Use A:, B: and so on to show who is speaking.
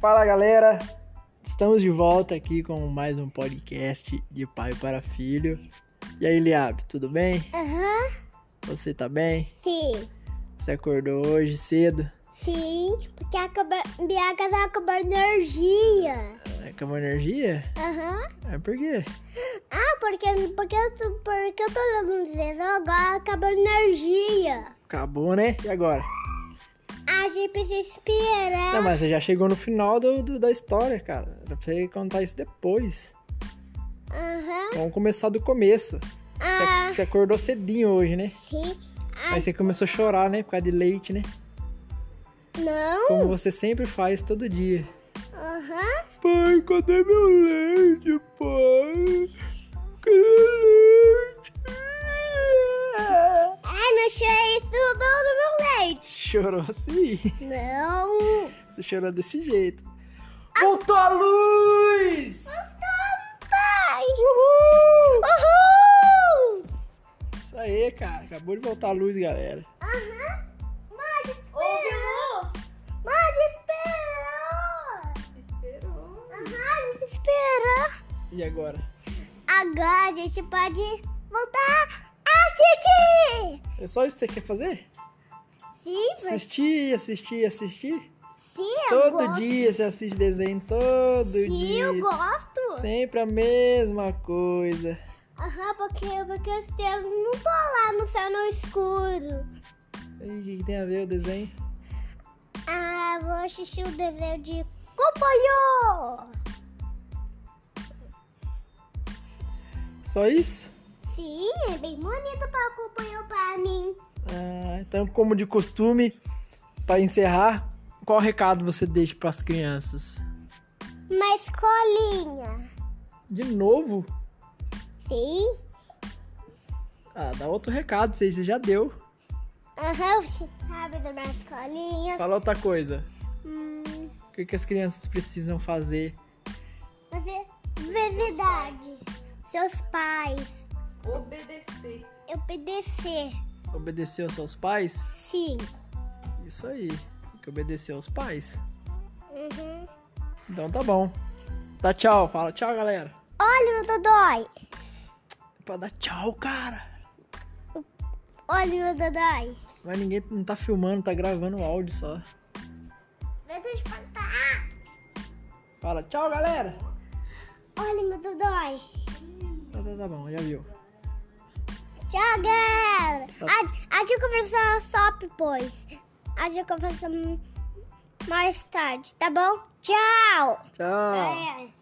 A: Fala galera, estamos de volta aqui com mais um podcast de pai para filho. E aí, Liab, tudo bem?
B: Aham,
A: Você tá bem?
B: sim.
A: Você acordou hoje cedo?
B: Sim, porque acaba, minha casa acabou a tá energia.
A: Acabou a É energia?
B: Aham.
A: É por quê?
B: Ah, porque, porque, eu tô, porque eu tô lendo um desenho, agora acabou a energia.
A: Acabou, né? E agora?
B: A gente precisa
A: Não,
B: esperar.
A: mas você já chegou no final do, do- da história, cara. Era pra você contar isso depois.
B: Aham.
A: Vamos começar do começo. Você,
B: Ah,
A: você acordou cedinho hoje, né?
B: sim. Ah,
A: Aí você começou a chorar, né? Por causa de leite, né?
B: não.
A: Como você sempre faz todo dia.
B: Aham.
A: Pai, cadê meu leite, pai? Cadê leite?
B: Ai, É, não chorei isso não no meu leite.
A: Chorou assim.
B: Não.
A: Você chorou desse jeito.
B: Ah!
A: Voltou a luz!
B: Então Pai. Uhul. Uhul.
A: Isso aí, cara. Acabou de voltar a luz, galera.
B: Aham. Mas
C: Houve
B: espera.
C: luz!
B: Mas espera.
C: Esperou.
B: Aham, espera.
A: E agora?
B: Agora a gente pode voltar a assistir.
A: É só isso que você quer fazer?
B: Sim, mas
A: Assistir, assistir, assistir?
B: sim, eu
A: Todo
B: gosto.
A: dia você assiste desenho, todo
B: Sim,
A: dia.
B: eu gosto.
A: Sempre a mesma coisa.
B: Aham, porque, porque as estrelas não tô lá no céu no escuro.
A: E o que que tem a ver o desenho?
B: Ah, vou assistir o desenho de Companhô.
A: Só isso?
B: Sim, é bem bonito para acompanhar pra mim.
A: Ah, então, como de costume, para encerrar, qual recado você deixa para as crianças?
B: Uma escolinha.
A: De novo?
B: Sim.
A: Ah, dá outro recado, sei, você já deu.
B: Aham, você sabe da minha escolinha.
A: Fala outra coisa.
B: Hum,
A: O que, que as crianças precisam fazer?
B: você, é verdade. Seus pais.
C: Obedecer.
B: obedecer.
A: Obedecer aos seus pais?
B: Sim.
A: Isso aí. Tem que obedecer aos pais.
B: Uhum.
A: Então tá bom. Dá tchau, fala tchau, galera.
B: Olha meu Dodói.
A: É Pra dar tchau, cara.
B: Olha meu Dodói.
A: Mas ninguém não tá filmando, tá gravando o áudio só.
B: Deixa eu contar.
A: Fala tchau, galera.
B: Olha meu Dodói.
A: Tá, tá, tá bom, já viu.
B: Tchau, galera.
A: Tá.
B: A, a gente conversa só depois. A gente conversa mais tarde, tá bom? Tchau.
A: Tchau.
B: Galera.